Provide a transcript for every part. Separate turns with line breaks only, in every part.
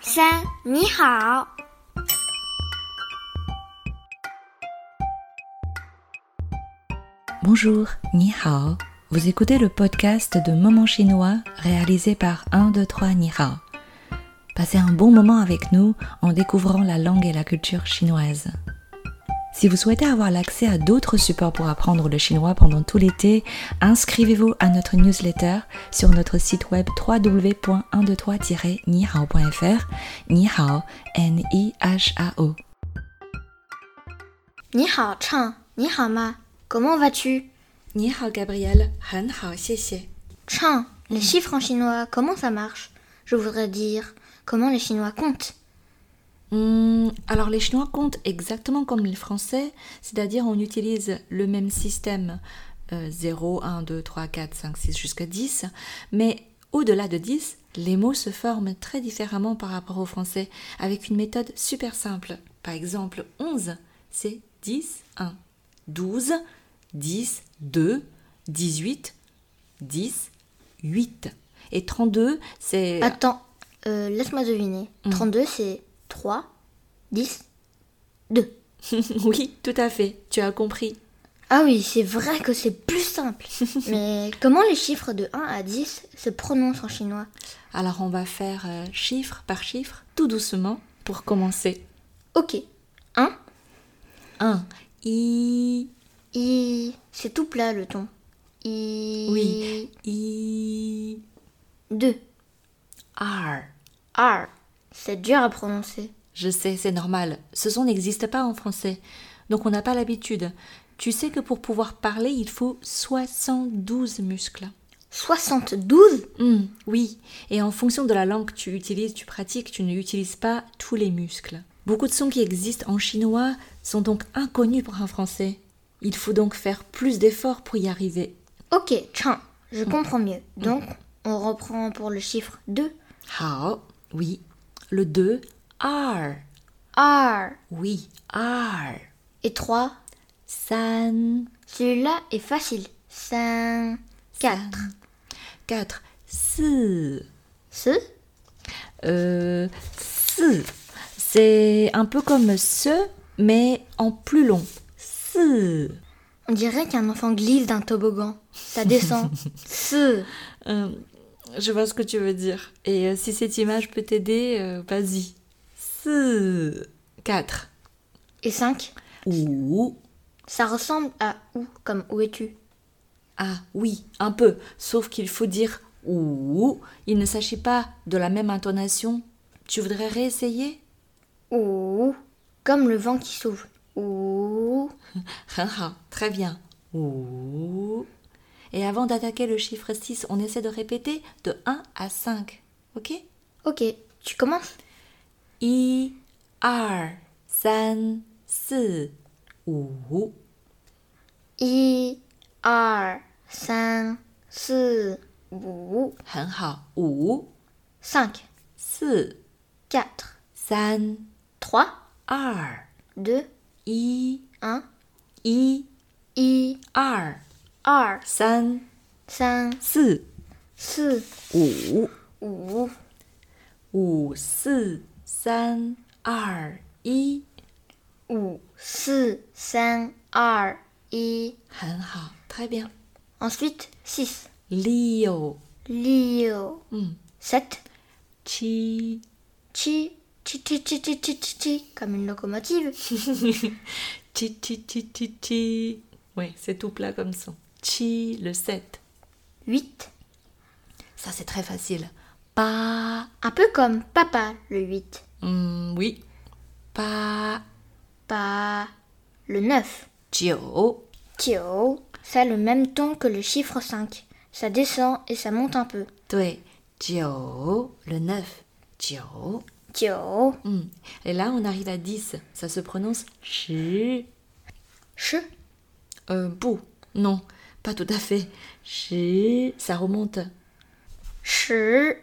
三，你好。
Bonjour, ni hao. Vous écoutez le podcast de Moment Chinois réalisé par 123 Ni Hao. Passez un bon moment avec nous en découvrant la langue et la culture chinoise. Si vous souhaitez avoir l'accès à d'autres supports pour apprendre le chinois pendant tout l'été, inscrivez-vous à notre newsletter sur notre site web www.123-nihao.fr Nihao, N-I-H-A-O.
你好，唱你好吗？Comment vas-tu？
Nihao Gabriel, Han Hao,
Chant, les chiffres en chinois, comment ça marche Je voudrais dire, comment les chinois comptent
Hmm, alors les Chinois comptent exactement comme les Français, c'est-à-dire on utilise le même système euh, 0, 1, 2, 3, 4, 5, 6 jusqu'à 10, mais au-delà de 10, les mots se forment très différemment par rapport au français avec une méthode super simple. Par exemple, 11, c'est 10, 1, 12, 10, 2, 18, 10, 8. Et 32, c'est...
Attends, euh, laisse-moi deviner. 32, c'est 3, 10, 2.
oui, tout à fait, tu as compris.
Ah oui, c'est vrai que c'est plus simple. Mais comment les chiffres de 1 à 10 se prononcent en chinois
Alors on va faire euh, chiffre par chiffre, tout doucement, pour commencer.
Ok. 1,
1. I.
i. C'est tout plat le ton. I.
Oui. I.
2,
R.
r. C'est dur à prononcer.
Je sais, c'est normal. Ce son n'existe pas en français. Donc on n'a pas l'habitude. Tu sais que pour pouvoir parler, il faut 72 muscles.
72
Hum, oui, et en fonction de la langue que tu utilises, tu pratiques, tu ne utilises pas tous les muscles. Beaucoup de sons qui existent en chinois sont donc inconnus pour un français. Il faut donc faire plus d'efforts pour y arriver.
Ok, tiens, je comprends mieux. Donc, on reprend pour le chiffre 2.
Hao, oui. Le 2, R,
R.
oui, R.
Et 3.
San,
Celui-là est facile. 5, 4.
4, 4,
Ce
Euh, si. C'est un peu comme ce, mais en plus long. Si.
On dirait qu'un enfant glisse d'un toboggan. Ça descend. Ce.
Euh, je vois ce que tu veux dire. Et euh, si cette image peut t'aider, euh, vas-y. 4. 4.
Et 5.
Ou.
Ça ressemble à où comme où es-tu
Ah oui, un peu. Sauf qu'il faut dire ou. Il ne s'agit pas de la même intonation. Tu voudrais réessayer
Ou. Comme le vent qui souffle. Ou.
Haha, Très bien. Ou. Et avant d'attaquer le chiffre 6, on essaie de répéter de 1 à 5. Ok
Ok, tu commences
一、二、三、四、五。
1, 2, 3, 4, 5,
很好，五、
5,
四、
4,
三、
3,
二、
2,
一、
1.
一、
1,
二、
2,
三、
3,
四、
4,
五、
5.
五、四、三、二、一，
5, 4, 5, 2, 1.
很好，très bien。
Ensuite, 6.
Leo，
Lio.
嗯，
7.
七、
Chi. Chi, chi, chi, chi, chi, chi, chi. Comme une locomotive.
七七七七七，oui, c'est tout plat comme son. Chi, le 7.
8.
Ça, c'est très facile. Pas,
Un peu comme papa, le 8.
hum, oui. Pas,
Pas. Le 9.
jiu.
Tio. Ça a le même ton que le chiffre 5. Ça descend et ça monte un peu.
对，九，le neuf，九。
Tio.
Hmm. Et là, on arrive à 10. Ça se prononce shi.
Che.
Euh, bou. Non, pas tout à fait. Shi, ça remonte.
Che.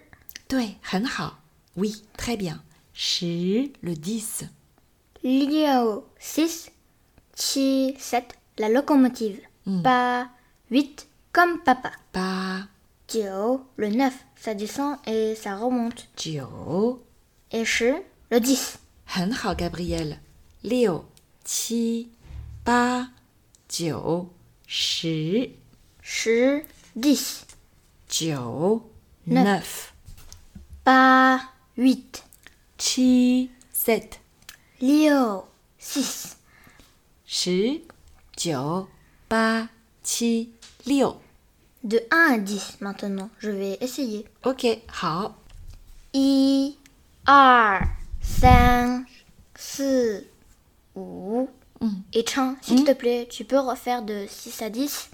对，很好。Oui, très bien. Shi, le 10.
Lio. 6. Chi. 7. La locomotive. Pas. 8. Comme papa.
Pas,
Tio, le 9, ça descend et ça remonte.
jiu.
et 10, le 10.
很好，Gabriel。六、七、八、九、十、
10, 10,
九、
Neuf.
neuf,
pas 8,
chi, sept,
Lio, 6,
shi, jiu, ba, chi, liu.
de 1 à 10 maintenant. Je vais essayer.
Ok, hao.
1, 2, 3, 4, 5. Et Chan, s'il te plaît, tu peux refaire de 6 à 10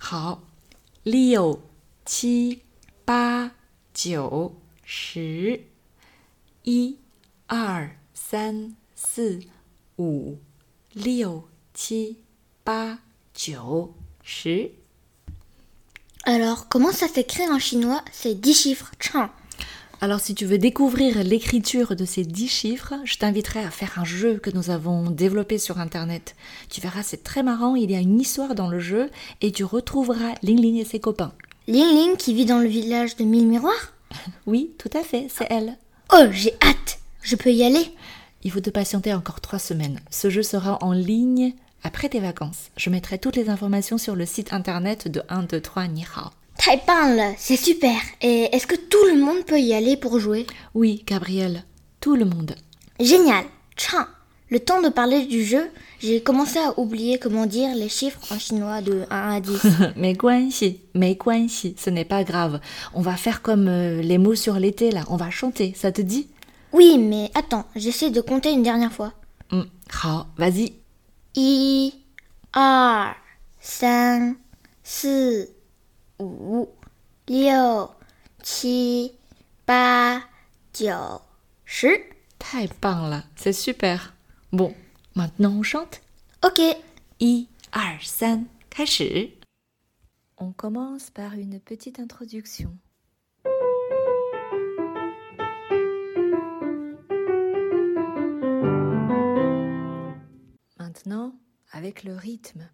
好，六、七、八、九、十，一、二、三、四、五、六、七、八、九、十。
Alors, comment ça s'écrit en chinois C'est 10 chiffres. Chan.
Alors, si tu veux découvrir l'écriture de ces dix chiffres, je t'inviterai à faire un jeu que nous avons développé sur Internet. Tu verras, c'est très marrant, il y a une histoire dans le jeu et tu retrouveras Ling Ling et ses copains.
Ling Ling qui vit dans le village de Mille Miroirs
Oui, tout à fait, c'est elle.
Oh, j'ai hâte Je peux y aller
Il faut te patienter encore trois semaines. Ce jeu sera en ligne après tes vacances. Je mettrai toutes les informations sur le site internet de 123 Nihao.
Taipan, c'est super Et est-ce que tout le monde peut y aller pour jouer
Oui, Gabriel, tout le monde.
Génial Chan Le temps de parler du jeu, j'ai commencé à oublier comment dire les chiffres en chinois de 1 à 10.
mais guanxi, mais guanxi, ce n'est pas grave. On va faire comme euh, les mots sur l'été là, on va chanter, ça te dit
oui, mais attends, j'essaie de compter une dernière fois.
Hmm, hao, vas-y.
1, 2, 3, 4, 5, 6, 7, 8, 9, 10.
Tai là, c'est super. Bon, maintenant on chante
Ok,
1, 2, 3, On commence par une petite introduction. Maintenant, avec le rythme.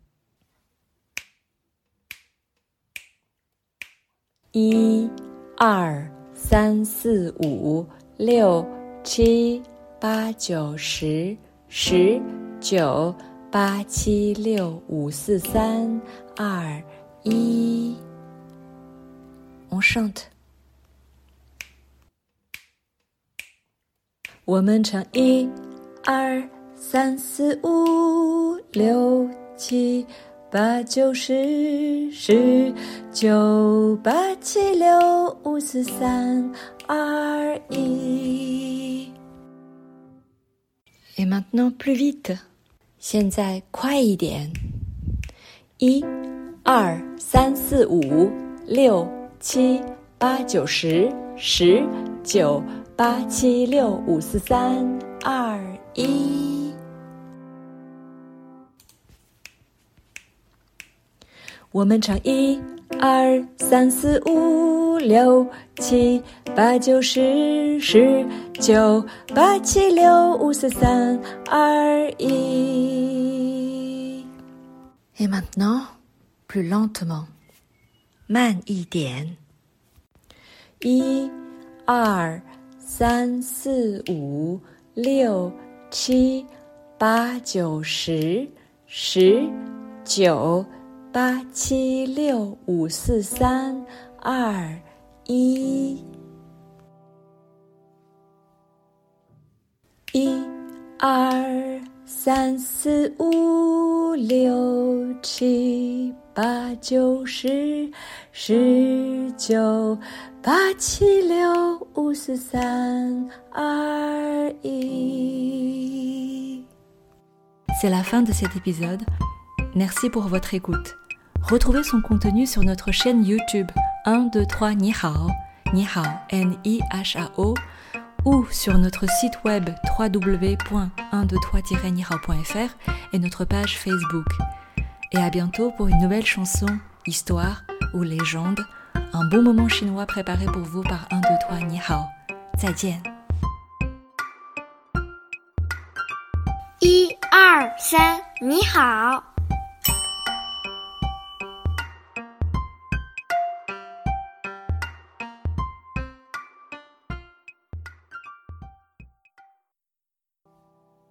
1, 2, 3, 4, 5, 6, 7, 8, 9, 10, 10, 9, 8, 7, 6, 5, 4, 3, 2, 1. On chante. 我们唱一、二、三、四、五、六、七、八、九、十、十、九、八、七、六、五、四、三、二、一。Et maintenant plus vite，现在快一点。一、二、三、四、五、六、七、八、九、十、十、九、八、七、六、五、四、三、二、一。我们唱一、二、三、四、五、六、七、八、九、十、十、九、八、七、六、五、四、三、二、一。Et maintenant, plus lentement. 慢一点。一、二、三、四、五、六、七、八、九、十、十、九、八、七、六、五、四、三、二、一。一、二、三、四、五、六、七、八、九、十、十九、八、七、六、五、四、三、二、一。C'est la fin de cet épisode. Merci pour votre écoute. Retrouvez son contenu sur notre chaîne YouTube 1, 2, 3, Ni Hao, Ni Hao, N-I-H-A-O, ou sur notre site web www.123-nihao.fr et notre page Facebook. Et à bientôt pour une nouvelle chanson, histoire ou légende, un bon moment chinois préparé pour vous par 1, 2, 3, Ni Hao. 再见
一二三，你好。